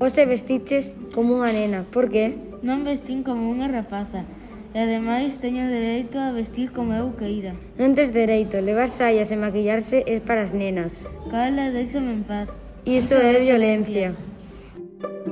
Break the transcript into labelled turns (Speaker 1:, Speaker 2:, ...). Speaker 1: Vos se vestiches como unha nena, por que?
Speaker 2: Non vestín como unha rapaza, e ademais teño dereito a vestir como eu queira.
Speaker 1: Non tes dereito, levar saias e maquillarse é para as nenas.
Speaker 2: Cala, deixame en paz.
Speaker 1: Iso é violencia. violencia.